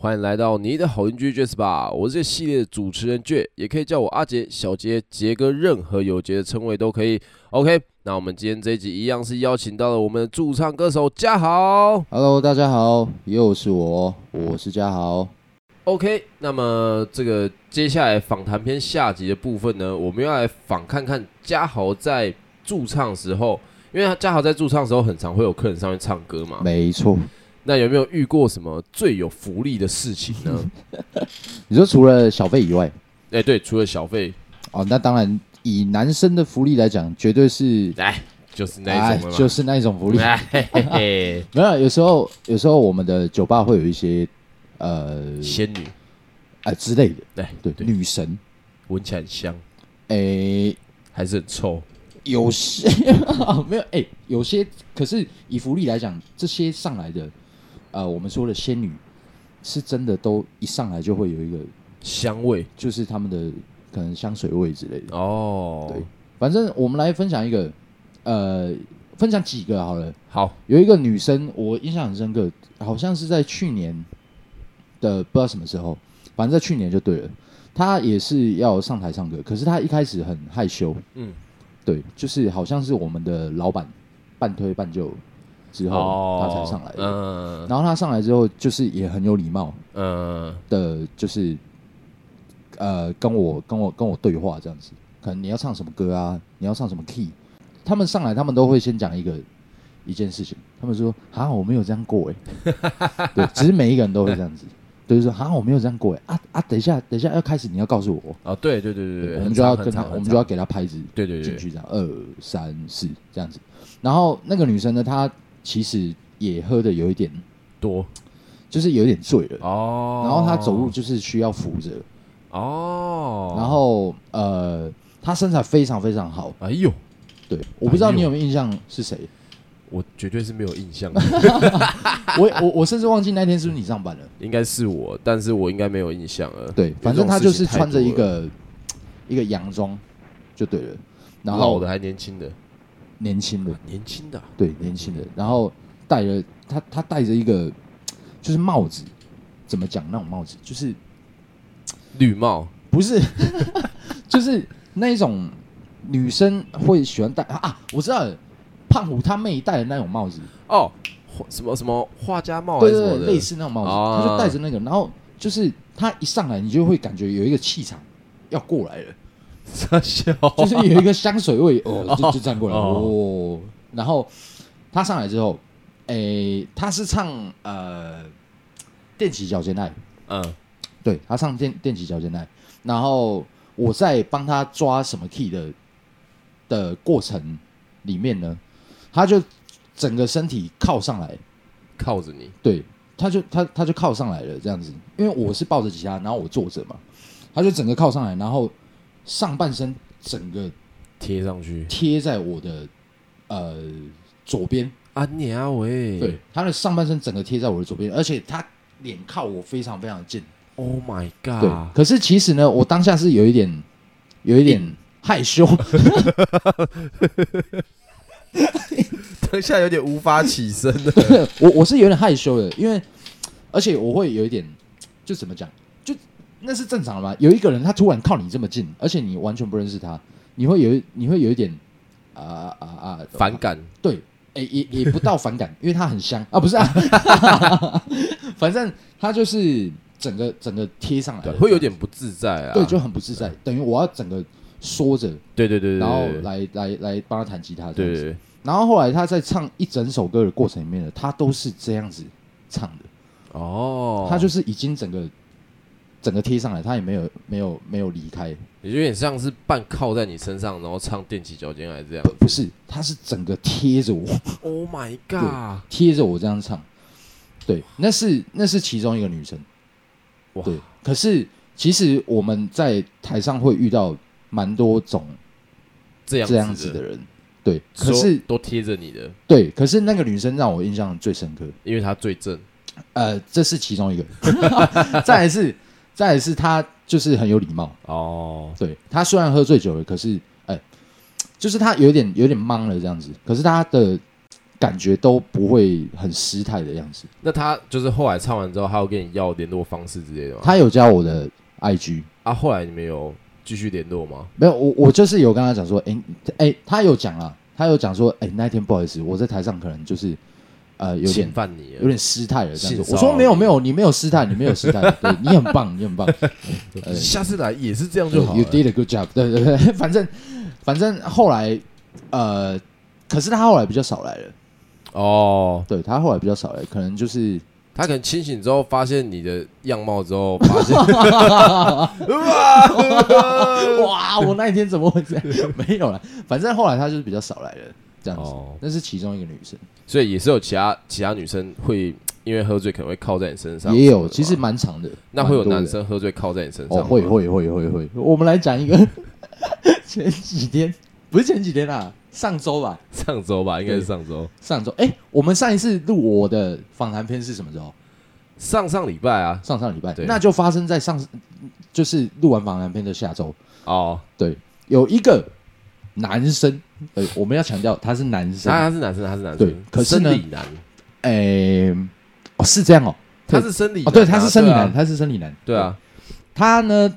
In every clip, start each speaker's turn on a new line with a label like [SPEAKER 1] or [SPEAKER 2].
[SPEAKER 1] 欢迎来到你的好邻居爵士吧，我是这系列的主持人爵，也可以叫我阿杰、小杰、杰哥，任何有杰的称谓都可以。OK，那我们今天这一集一样是邀请到了我们的驻唱歌手嘉豪。
[SPEAKER 2] Hello，大家好，又是我，我是嘉豪。
[SPEAKER 1] OK，那么这个接下来访谈篇下集的部分呢，我们要来访看看嘉豪在驻唱时候，因为他嘉豪在驻唱时候很常会有客人上去唱歌嘛，
[SPEAKER 2] 没错，
[SPEAKER 1] 那有没有遇过什么最有福利的事情 呢？
[SPEAKER 2] 你说除了小费以外，
[SPEAKER 1] 哎、对，除了小费，
[SPEAKER 2] 哦，那当然以男生的福利来讲，绝对是
[SPEAKER 1] 哎，就是那
[SPEAKER 2] 哎
[SPEAKER 1] 一种了嘛，
[SPEAKER 2] 就是那一 种福利。
[SPEAKER 1] 哎嘿嘿
[SPEAKER 2] 没有，有时候有时候我们的酒吧会有一些呃
[SPEAKER 1] 嘿，仙女，
[SPEAKER 2] 啊之类的，
[SPEAKER 1] 对
[SPEAKER 2] 对，
[SPEAKER 1] 对
[SPEAKER 2] 女神，
[SPEAKER 1] 闻起来很香，
[SPEAKER 2] 诶、
[SPEAKER 1] 还是很臭。
[SPEAKER 2] 有些 哦没有诶、有些可是以福利来讲，这些上来的，呃，我们说的仙女，是真的都一上来就会有一个，
[SPEAKER 1] 香味
[SPEAKER 2] 就是他们的可能香水味之类的。
[SPEAKER 1] 哦，
[SPEAKER 2] 对反正我们来分享一个，呃，分享几个好了。
[SPEAKER 1] 好，
[SPEAKER 2] 有一个女生，我印象很深刻，好像是在去年的不知道什么时候，反正在去年就对了。她也是要上台唱歌，可是她一开始很害羞，
[SPEAKER 1] 嗯，
[SPEAKER 2] 对，就是好像是我们的老板半推半就之后，
[SPEAKER 1] 哦，
[SPEAKER 2] 她才上来的。
[SPEAKER 1] 嗯
[SPEAKER 2] 然后她上来之后，就是也很有礼貌
[SPEAKER 1] 嗯，
[SPEAKER 2] 的，就是呃跟我跟我跟我对话这样子。可能你要唱什么歌啊，你要唱什么 key，他们上来他们都会先讲一个一件事情，他们说啊我没有这样过哎、欸，对，只是每一个人都会这样子，就是说啊我没有这样过哎、欸、啊啊等一下等一下要开始你要告诉我，
[SPEAKER 1] 哦，对对对对，
[SPEAKER 2] 我们就要
[SPEAKER 1] 很
[SPEAKER 2] 跟他
[SPEAKER 1] 长
[SPEAKER 2] 我们就要给他拍子，
[SPEAKER 1] 对对对
[SPEAKER 2] 进去这样二三四这样子，然后那个女生呢她其实也喝的有一点
[SPEAKER 1] 多
[SPEAKER 2] 就是有一点醉了，
[SPEAKER 1] 哦，
[SPEAKER 2] 然后她走路就是需要扶着。
[SPEAKER 1] 哦，
[SPEAKER 2] 然后呃，他身材非常非常好。
[SPEAKER 1] 哎呦，
[SPEAKER 2] 对，我不知道
[SPEAKER 1] 哎呦
[SPEAKER 2] 你有没有印象是谁，
[SPEAKER 1] 我绝对是没有印象 的，
[SPEAKER 2] 我我我甚至忘记那天是不是你上班了。
[SPEAKER 1] 应该是我，但是我应该没有印象了。
[SPEAKER 2] 对，反正他
[SPEAKER 1] 有这
[SPEAKER 2] 就
[SPEAKER 1] 种
[SPEAKER 2] 是
[SPEAKER 1] 事情
[SPEAKER 2] 穿着一
[SPEAKER 1] 太多了
[SPEAKER 2] 个一个洋装就对了，然
[SPEAKER 1] 老
[SPEAKER 2] 后
[SPEAKER 1] 的还年轻的，
[SPEAKER 2] 年轻的，
[SPEAKER 1] 年轻的啊
[SPEAKER 2] 对年轻的，然后戴了他他戴着一个就是帽子，怎么讲那种帽子，就是
[SPEAKER 1] 绿帽
[SPEAKER 2] 不是 就是那一种女生会喜欢戴啊，我知道了，胖虎他妹戴的那种帽子。
[SPEAKER 1] 哦，画什么什么画家帽还
[SPEAKER 2] 对
[SPEAKER 1] 是什
[SPEAKER 2] 对
[SPEAKER 1] 么
[SPEAKER 2] 对，
[SPEAKER 1] 的，
[SPEAKER 2] 类似那种帽子，
[SPEAKER 1] 啊
[SPEAKER 2] 他就戴着那个，然后就是他一上来，你就会感觉有一个气场要 过来了，
[SPEAKER 1] 傻笑，
[SPEAKER 2] 就是有一个香水味，哦，就就站过来，
[SPEAKER 1] 哦
[SPEAKER 2] 哦，然后他上来之后，诶，他是唱呃踮起脚尖爱，
[SPEAKER 1] 嗯，
[SPEAKER 2] 对他唱踮踮起脚尖爱，然后我在帮他抓什么 key 的的过程里面呢，他就整个身体靠上来，
[SPEAKER 1] 靠着你，
[SPEAKER 2] 对，他就他他就靠上来了这样子，因为我是抱着吉他，然后我坐着嘛，他就整个靠上来，然后上半身整个
[SPEAKER 1] 贴上去
[SPEAKER 2] 贴在我的呃左边，
[SPEAKER 1] 啊，你啊喂，
[SPEAKER 2] 对，他的上半身整个贴在我的左边，而且他脸靠我非常非常近，
[SPEAKER 1] ，Oh my
[SPEAKER 2] 对。
[SPEAKER 1] god，
[SPEAKER 2] 可是其实呢，我当下是有一点有一点害羞，
[SPEAKER 1] 当下有点无法起身的，
[SPEAKER 2] 我我是有点害羞的，因为而且我会有一点，就怎么讲，就那是正常的嘛。有一个人他突然靠你这么近，而且你完全不认识他，你会有一你会有一点啊啊啊啊
[SPEAKER 1] 反感，
[SPEAKER 2] 对，哎、也也不到反感，因为他很香啊，不 是啊，反正他就是整个整个贴上来
[SPEAKER 1] 对
[SPEAKER 2] 了，，
[SPEAKER 1] 会有点不自在啊，
[SPEAKER 2] 对，就很不自在，等于我要整个缩着，
[SPEAKER 1] 对对对对，
[SPEAKER 2] 然后
[SPEAKER 1] 对
[SPEAKER 2] 来来来帮他弹吉他这样
[SPEAKER 1] 对
[SPEAKER 2] 子。
[SPEAKER 1] 对
[SPEAKER 2] 然后后来他在唱一整首歌的过程里面呢，他都是这样子唱的，
[SPEAKER 1] 哦，
[SPEAKER 2] 他就是已经整个整个贴上来，他也没有没有没有离开，
[SPEAKER 1] 也有点像是半靠在你身上，然后唱踮起脚尖来这样
[SPEAKER 2] 不不是，他是整个贴着我，
[SPEAKER 1] ，Oh my god，
[SPEAKER 2] 贴着我这样唱，对，那是那是其中一个女生，
[SPEAKER 1] 哇，
[SPEAKER 2] 对，可是其实我们在台上会遇到蛮多种
[SPEAKER 1] 这样
[SPEAKER 2] 这样子的
[SPEAKER 1] 的，
[SPEAKER 2] 人，对，可
[SPEAKER 1] 说
[SPEAKER 2] 是
[SPEAKER 1] 都贴着你的，
[SPEAKER 2] 对，可是那个女生让我印象最深刻，
[SPEAKER 1] 因为他最正，
[SPEAKER 2] 呃，这是其中一个， 再来是再来是她就是很有礼貌。
[SPEAKER 1] 哦，
[SPEAKER 2] 对他虽然喝醉酒了，可是哎、就是他有点有点懵了这样子，可是他的感觉都不会很失态的样子。
[SPEAKER 1] 那他就是后来唱完之后，他有跟你要联络方式之类的吗？
[SPEAKER 2] 他有加我的 IG，
[SPEAKER 1] 啊，后来你们有继续联络吗？
[SPEAKER 2] 没有我我就是有跟他讲说，哎、哎、他有讲啦，他有讲说，哎、那天不好意思，我在台上可能就是呃有点
[SPEAKER 1] 侵犯你了
[SPEAKER 2] 有点失态了这样
[SPEAKER 1] 性
[SPEAKER 2] 子。
[SPEAKER 1] 骚扰
[SPEAKER 2] 我说没有没有，你没有失态，你没有失态，对你很棒，你很棒。呃
[SPEAKER 1] 下次来也是这 样就好了。
[SPEAKER 2] You did a good job。对对对，反正反正后来呃，可是他后来比较少来了，
[SPEAKER 1] 哦，
[SPEAKER 2] 对他后来比较少来，欸可能就是
[SPEAKER 1] 他可能清醒之后发现你的样貌之后， 发现
[SPEAKER 2] 哇，我那一天怎么会这样？ 没有了，反正后来他就是比较少来了，这样子。
[SPEAKER 1] 哦
[SPEAKER 2] 那是其中一个女生，
[SPEAKER 1] 所以也是有其他其他女生会因为喝醉可能会靠在你身上，
[SPEAKER 2] 也有，其实蛮长的。
[SPEAKER 1] 啊那会有
[SPEAKER 2] 蛮多的
[SPEAKER 1] 男生喝醉靠在你身上
[SPEAKER 2] 哦，
[SPEAKER 1] 吗，
[SPEAKER 2] 会会会会会。我们来讲一个前几天，不是前几天啦，上周吧，
[SPEAKER 1] 上周吧，应该是上周，
[SPEAKER 2] 上周。哎、我们上一次录我的访谈片是什么时候？
[SPEAKER 1] 上上礼拜啊，
[SPEAKER 2] 上上礼拜
[SPEAKER 1] 对，
[SPEAKER 2] 那就发生在上，就是录完访谈片的下周。
[SPEAKER 1] 哦，
[SPEAKER 2] 对，有一个男生，对，我们要强调他是男生。
[SPEAKER 1] 他他是男生，他是男生，
[SPEAKER 2] 对可是
[SPEAKER 1] 生
[SPEAKER 2] 呢
[SPEAKER 1] 理男，
[SPEAKER 2] 哎、哦，是这样哦，
[SPEAKER 1] 他
[SPEAKER 2] 对
[SPEAKER 1] 是生理男啊，
[SPEAKER 2] 哦，对，他是生理
[SPEAKER 1] 对啊
[SPEAKER 2] 男，，他是生理男。
[SPEAKER 1] 对，啊，
[SPEAKER 2] 他呢，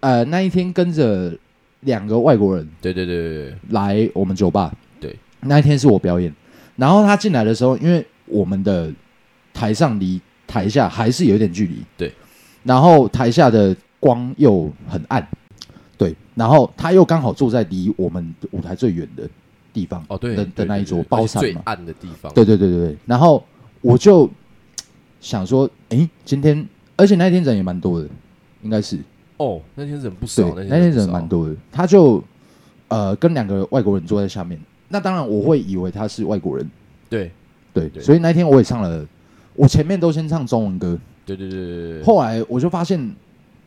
[SPEAKER 2] 呃，那一天跟着两个外国人
[SPEAKER 1] 对对对对对，
[SPEAKER 2] 来我们酒吧，
[SPEAKER 1] 对，
[SPEAKER 2] 那一天是我表演，然后他进来的时候，因为我们的台上离台下还是有一点距离，
[SPEAKER 1] 对，
[SPEAKER 2] 然后台下的光又很暗，对，然后他又刚好坐在离我们舞台最远的地方，
[SPEAKER 1] 哦对
[SPEAKER 2] 的
[SPEAKER 1] 对
[SPEAKER 2] 的那
[SPEAKER 1] 对
[SPEAKER 2] 一
[SPEAKER 1] 对
[SPEAKER 2] 桌
[SPEAKER 1] 对
[SPEAKER 2] 包场
[SPEAKER 1] 最
[SPEAKER 2] 嘛，
[SPEAKER 1] 暗的地方，
[SPEAKER 2] 对对对对对，然后我就想说，诶，今天，而且那一天人也蛮多的，应该是
[SPEAKER 1] 哦，那天人不少
[SPEAKER 2] 对，，那
[SPEAKER 1] 天
[SPEAKER 2] 天人
[SPEAKER 1] 不少
[SPEAKER 2] 蛮多的，他就呃跟两个外国人坐在下面，那当然我会以为他是外国人，
[SPEAKER 1] 对
[SPEAKER 2] 对，
[SPEAKER 1] 对
[SPEAKER 2] 所以那天我也唱了，我前面都先唱中文歌，
[SPEAKER 1] 对对对对对对
[SPEAKER 2] 后来我就发现，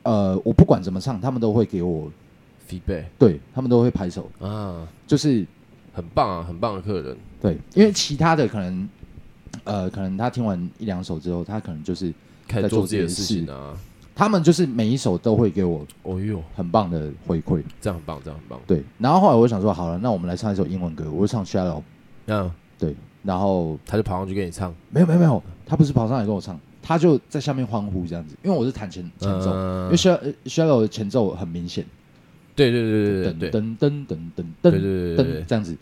[SPEAKER 2] 呃，我不管怎么唱，他们都会给我，
[SPEAKER 1] ，feedback
[SPEAKER 2] 对他们都会拍手，
[SPEAKER 1] 啊，
[SPEAKER 2] 就是
[SPEAKER 1] 很棒啊，很棒的客人，
[SPEAKER 2] 对，因为其他的可能。呃，可能他听完一两首之后，他可能就是
[SPEAKER 1] 开始
[SPEAKER 2] 在做
[SPEAKER 1] 做自己的
[SPEAKER 2] 自
[SPEAKER 1] 事
[SPEAKER 2] 己的
[SPEAKER 1] 情啊，
[SPEAKER 2] 他们就是每一首都会给我
[SPEAKER 1] 哦哟，
[SPEAKER 2] 很棒的回馈，
[SPEAKER 1] 这样很棒，这样很棒，
[SPEAKER 2] 对。然后后来我就想说，好了，那我们来唱一首英文歌，我就唱 Shallow，
[SPEAKER 1] 那
[SPEAKER 2] 对。然后
[SPEAKER 1] 他就跑上去跟你唱
[SPEAKER 2] 没有没有没有，他不是跑上来跟我唱，他就在下面欢呼这样子，因为我是弹前前奏，因
[SPEAKER 1] 嗯
[SPEAKER 2] 为 Shall Shallow 的前奏很明显，
[SPEAKER 1] 对对对对
[SPEAKER 2] 噔
[SPEAKER 1] 对
[SPEAKER 2] 噔
[SPEAKER 1] 对
[SPEAKER 2] 噔噔噔噔
[SPEAKER 1] 对
[SPEAKER 2] 噔
[SPEAKER 1] 对对对
[SPEAKER 2] 噔这样子。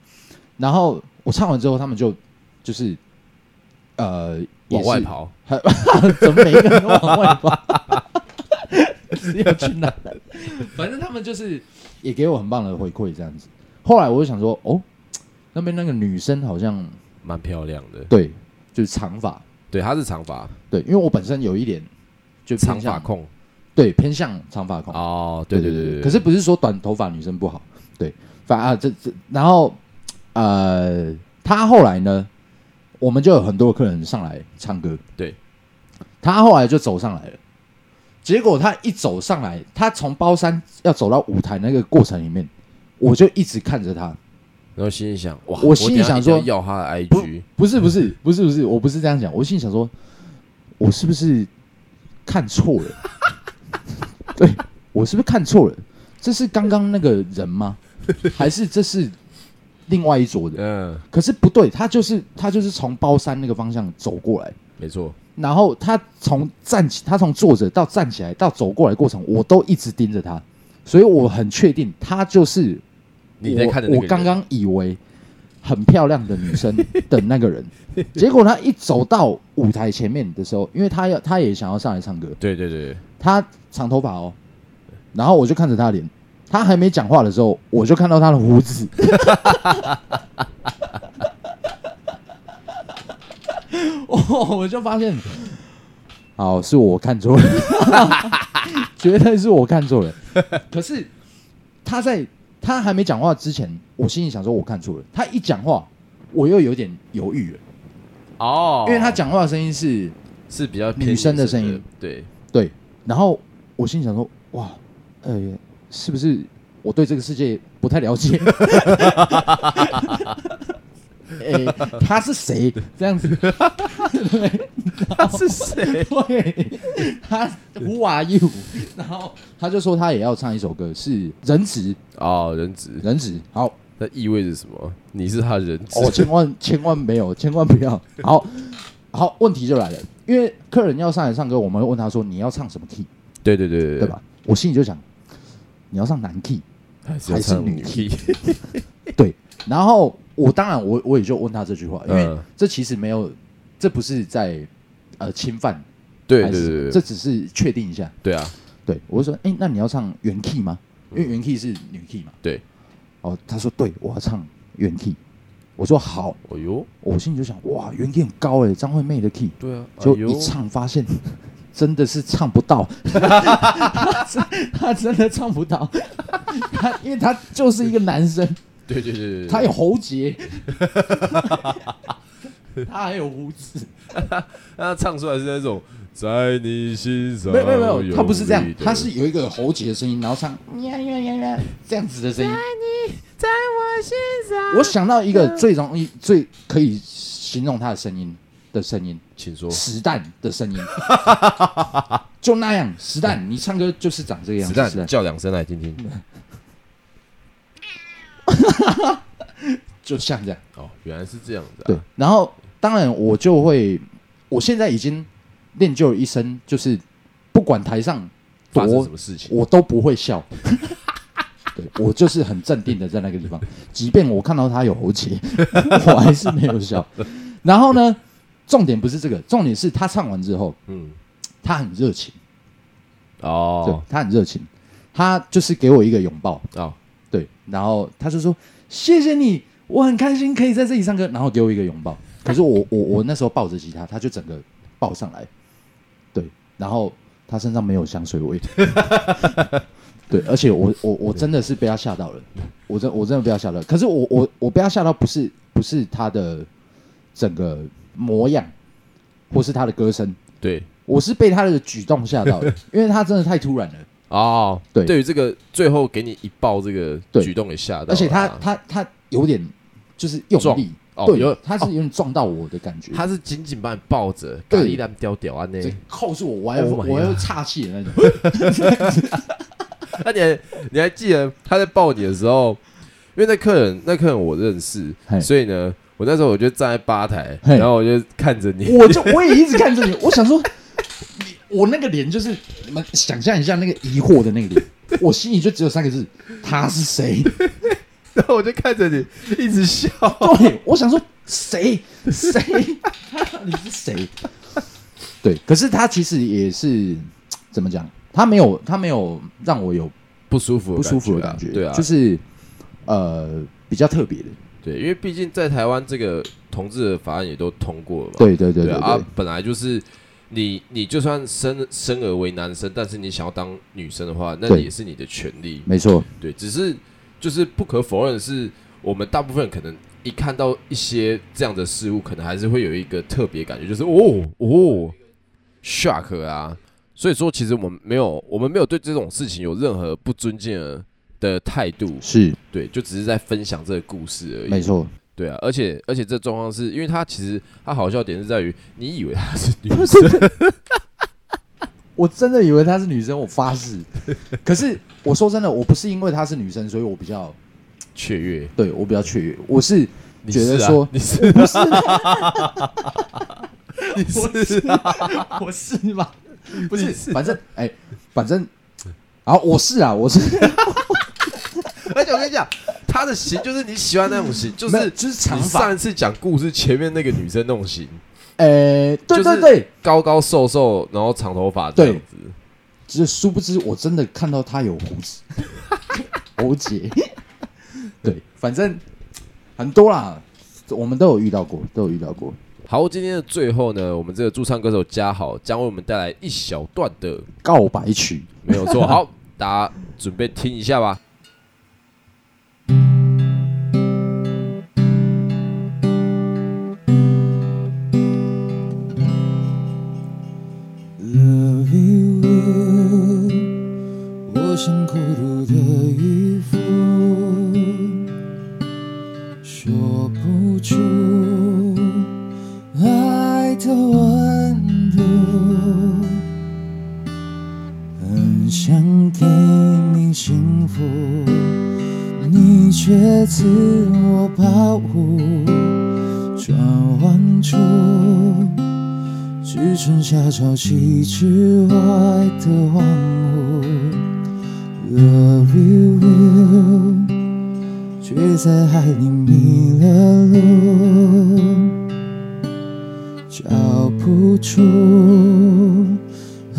[SPEAKER 2] 然后我唱完之后，他们就就是呃也
[SPEAKER 1] 往外
[SPEAKER 2] 是
[SPEAKER 1] 跑，
[SPEAKER 2] 怎么每一个人都往外跑？ 是要去哪？反正他们就是也给我很棒的回馈，这样子。后来我就想说，哦，那边那个女生好像
[SPEAKER 1] 蛮漂亮的，
[SPEAKER 2] 对，就是长发，
[SPEAKER 1] 对，他是长发，
[SPEAKER 2] 对，因为我本身有一点就偏
[SPEAKER 1] 长
[SPEAKER 2] 向
[SPEAKER 1] 发，控
[SPEAKER 2] 对，偏向长发控。
[SPEAKER 1] 哦，
[SPEAKER 2] 对
[SPEAKER 1] 对
[SPEAKER 2] 对
[SPEAKER 1] 对对，
[SPEAKER 2] 可是不是说短头发女生不好，对，反啊这这，然后呃，他后来呢，我们就有很多客人上来唱歌，
[SPEAKER 1] 对，
[SPEAKER 2] 他后来就走上来了，结果他一走上来，他从包山要走到舞台那个过程里面，我就一直看着他，
[SPEAKER 1] 然后心里想哇，
[SPEAKER 2] 我
[SPEAKER 1] 我
[SPEAKER 2] 心里
[SPEAKER 1] 等一下
[SPEAKER 2] 想
[SPEAKER 1] 一定要
[SPEAKER 2] 说
[SPEAKER 1] 要他的 IG，
[SPEAKER 2] 不是不是不是不是，我不是这样讲，我心里想说，我是不是看错了？对我是不是看错了？这是刚刚那个人吗？还是这是另外一桌的？
[SPEAKER 1] 嗯，
[SPEAKER 2] 可是不对，他就是他就是从包山那个方向走过来，
[SPEAKER 1] 没错，
[SPEAKER 2] 然后他从站起，他从坐着到站起来到走过来的过程，我都一直盯着他，所以我很确定他就是
[SPEAKER 1] 你在看的那
[SPEAKER 2] 我
[SPEAKER 1] 个人
[SPEAKER 2] 我刚刚以为很漂亮的女 生的那个人，结果他一走到舞台前面的时候，因为他要他也想要上来唱歌，
[SPEAKER 1] 对对对，对
[SPEAKER 2] 他长头发哦，然后我就看着他的脸，他还没讲话的时候，我就看到他的胡子，哦， 我就发现，好，是我看错 了，绝对是我看错了。可是他在他还没讲话之前，我心里想说我看错了，他一讲话，我又有点犹豫了，
[SPEAKER 1] 哦，
[SPEAKER 2] 因为他讲话的声音是
[SPEAKER 1] 是比较偏
[SPEAKER 2] 女生的声音，
[SPEAKER 1] 对，
[SPEAKER 2] 对，然后我心想说，哇，呃，是不是我对这个世界不太了解？ 哎、他是谁？这样子，
[SPEAKER 1] 他是谁？
[SPEAKER 2] 对，他 Who are you？然后他就说他也要唱一首歌，是人质，
[SPEAKER 1] 哦，人质，
[SPEAKER 2] 人质。好，
[SPEAKER 1] 那意味着什么？你是他人质，
[SPEAKER 2] 哦，千万千万没有，千万不要。好，好，问题就来了，因为客人要上来唱歌，我们会问他说你要唱什么 key，
[SPEAKER 1] 对对对对
[SPEAKER 2] 对吧？？我心里就想，你要上 男 key，
[SPEAKER 1] 还是
[SPEAKER 2] 还
[SPEAKER 1] 要
[SPEAKER 2] 是
[SPEAKER 1] 唱
[SPEAKER 2] 女
[SPEAKER 1] key，
[SPEAKER 2] 对。然后我当然我我也就问他这句话，因为
[SPEAKER 1] 嗯
[SPEAKER 2] 这其实没有，这不是在呃侵犯，
[SPEAKER 1] 对
[SPEAKER 2] 还
[SPEAKER 1] 对
[SPEAKER 2] 是
[SPEAKER 1] 对对
[SPEAKER 2] 这
[SPEAKER 1] 对，
[SPEAKER 2] 只是确定一下。
[SPEAKER 1] 对嗯啊，
[SPEAKER 2] 对，我就说，哎、那你要唱原 key 吗？因为原 key 是女 key 嘛。
[SPEAKER 1] 对。
[SPEAKER 2] 哦，他说对，我要唱原 key。我说好，
[SPEAKER 1] 哦哟，
[SPEAKER 2] 我心里就想，哇，原 key 很高哎，张惠妹的 key。
[SPEAKER 1] 对啊，
[SPEAKER 2] 就
[SPEAKER 1] 哎呦
[SPEAKER 2] 一唱发现真的是唱不 到，他真的唱不到，他因为他就是一个男生，
[SPEAKER 1] 对对对对对，
[SPEAKER 2] 他有 喉结，他还有胡子，
[SPEAKER 1] 哦那他唱出来是那种在你心上，
[SPEAKER 2] 没有没有没有，他不是这样
[SPEAKER 1] 力，的
[SPEAKER 2] 他是有一个喉结的声音，然后唱呀呀呀呀这样子的声音。
[SPEAKER 1] 在我心上。
[SPEAKER 2] 我想到一个最容易、最可以形容他的声音的声音，
[SPEAKER 1] 请说，
[SPEAKER 2] 实弹的声音，就那样，实弹，你唱歌就是长这个样
[SPEAKER 1] 子
[SPEAKER 2] 子，
[SPEAKER 1] 嗯
[SPEAKER 2] 实
[SPEAKER 1] 弹
[SPEAKER 2] 弹
[SPEAKER 1] 叫两声来听听。
[SPEAKER 2] 就像这样。
[SPEAKER 1] 哦，原来是这样子啊。
[SPEAKER 2] 对，然后当然我就会，我现在已经练就了一身，就是不管台上
[SPEAKER 1] 发生
[SPEAKER 2] 多
[SPEAKER 1] 什，么事情？
[SPEAKER 2] 我都不会笑。对我就是很镇定的在那个地方，即便我看到他有喉结， 我还是没有笑。然后呢，重点不是这个，重点是他唱完之后，
[SPEAKER 1] 嗯，
[SPEAKER 2] 他很热情，对
[SPEAKER 1] 哦，
[SPEAKER 2] 他很热情，他就是给我一个拥抱，
[SPEAKER 1] 哦，
[SPEAKER 2] 对，然后他就说：“谢谢你，我很开心可以在这里唱歌。”然后给我一个拥抱。可是我我我那时候抱着吉他，他就整个抱上来，对，然后他身上没有香水味， 对，而且我我我真的是被他吓到了，我真我真的被他吓到了。可是我我我被他吓到不是不是他的整个模样，或是他的歌声，
[SPEAKER 1] 对，
[SPEAKER 2] 我是被他的举动吓到了，因为他真的太突然了。
[SPEAKER 1] 哦，
[SPEAKER 2] 对
[SPEAKER 1] 对于这个最后给你一抱这个
[SPEAKER 2] 对
[SPEAKER 1] 举动也吓到了啊，
[SPEAKER 2] 而且他他他有点就是用
[SPEAKER 1] 撞
[SPEAKER 2] 力，
[SPEAKER 1] 哦
[SPEAKER 2] 对，
[SPEAKER 1] 有
[SPEAKER 2] 他是有点撞到我的感觉，
[SPEAKER 1] 他是紧紧把你抱着，
[SPEAKER 2] 对
[SPEAKER 1] 咖喱蛋雕屌啊那，
[SPEAKER 2] 这扣住我，我还要
[SPEAKER 1] Oh my
[SPEAKER 2] 我还要
[SPEAKER 1] God
[SPEAKER 2] 岔气的那种，
[SPEAKER 1] 那你还你还记得他在抱你的时候，因为那客人那客人我认识，
[SPEAKER 2] 嘿
[SPEAKER 1] 所以呢，我那时候我就站在吧台，
[SPEAKER 2] 嘿
[SPEAKER 1] 然后我就看着你，
[SPEAKER 2] 我就我也一直看着你，我想说，你我那个脸就是你们想象一下那个疑惑的那个脸，我心里就只有三个字，他是谁？
[SPEAKER 1] 然后我就看着你一直笑，
[SPEAKER 2] 对，我想说谁谁， 他到底是谁？对，可是他其实也是怎么讲？他没有，他没有让我有
[SPEAKER 1] 不舒服，
[SPEAKER 2] 不舒服的感觉，
[SPEAKER 1] 对啊，
[SPEAKER 2] 就是呃比较特别的，
[SPEAKER 1] 对，因为毕竟在台湾这个同志的法案也都通过了嘛，
[SPEAKER 2] 对对对对
[SPEAKER 1] 啊啊
[SPEAKER 2] 对，
[SPEAKER 1] 本来就是你你就算生生而为男生，但是你想要当女生的话，那
[SPEAKER 2] 对
[SPEAKER 1] 也是你的权利，
[SPEAKER 2] 没错，
[SPEAKER 1] 对，只是就是不可否认的是，我们大部分人可能一看到一些这样的事物，可能还是会有一个特别感觉，就是哦哦，shock 啊。所以说，其实我们没有，我们没有对这种事情有任何不尊敬的的态度，
[SPEAKER 2] 是
[SPEAKER 1] 对，就只是在分享这个故事而已。
[SPEAKER 2] 没错，
[SPEAKER 1] 对啊，而且而且这状况是因为他其实他好笑的点是在于，你以为他是 女
[SPEAKER 2] 不
[SPEAKER 1] 生，
[SPEAKER 2] 是我真的以为她是女生，我发 誓。可是我说真的，我不是因为她是女生，所以我比较
[SPEAKER 1] 雀跃，
[SPEAKER 2] 对我比较雀跃，我是
[SPEAKER 1] 你
[SPEAKER 2] 觉得
[SPEAKER 1] 是啊
[SPEAKER 2] 说
[SPEAKER 1] 你是
[SPEAKER 2] 不是啊
[SPEAKER 1] 你是啊，
[SPEAKER 2] 我是吧？不
[SPEAKER 1] 你
[SPEAKER 2] 是，
[SPEAKER 1] 是
[SPEAKER 2] 反正哎、反正啊，我是啊，我是，
[SPEAKER 1] 而且我跟你讲，他的型就是你喜欢那种型，就
[SPEAKER 2] 没有
[SPEAKER 1] 是
[SPEAKER 2] 就是长
[SPEAKER 1] 你
[SPEAKER 2] 发
[SPEAKER 1] 上，一次讲故事前面那个女生那种型，
[SPEAKER 2] 哎、对
[SPEAKER 1] 就是
[SPEAKER 2] 对对，
[SPEAKER 1] 高高瘦瘦，然后长头发这样子。
[SPEAKER 2] 只是殊不知我真的看到她有胡子，喉结，对，反正很多啦，我们都有遇到过，都有遇到过，
[SPEAKER 1] 好，今天的最后呢，我们这个驻唱歌手嘉豪将为我们带来一小段的，
[SPEAKER 2] 告白曲。
[SPEAKER 1] 没有错。好，大家准备听一下吧。
[SPEAKER 3] Love you，我像孤独的渔夫，说不出爱的温度，很想给你幸福，你却自我保护，转弯处，只剩下潮汐之外的荒芜。Love you, you，却在海里迷了路。找不出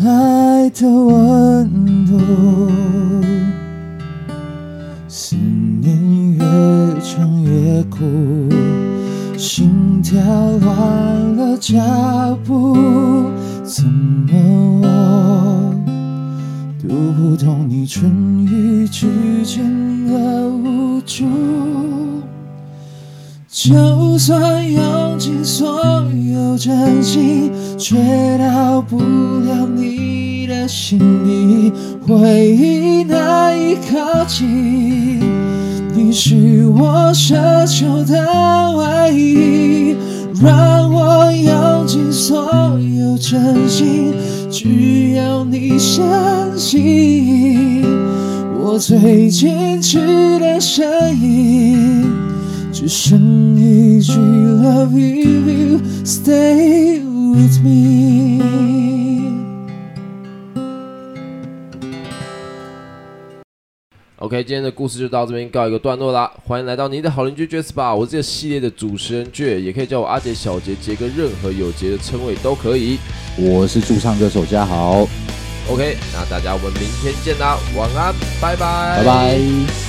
[SPEAKER 3] 爱的温度，思念越长越苦，心跳乱了脚步，怎么我读不懂你唇语之间的无助？就算用尽所有真心，却到不了你的心底。回忆难以靠近，你是我奢求的唯一。让我用尽所有真心，只要你相信，我最坚持的声音。只剩一句 Love you, stay with me。
[SPEAKER 1] OK，今天的故事就到这边告一个段落啦。欢迎来到你的好邻居 j e s p a 我是这个系列的主持人 j 也可以叫我阿杰、小杰、杰哥，任何有杰的称谓都可以。
[SPEAKER 2] 我是驻唱歌手嘉豪，
[SPEAKER 1] OK，那大家我们明天见啦，晚安，拜拜，
[SPEAKER 2] 拜拜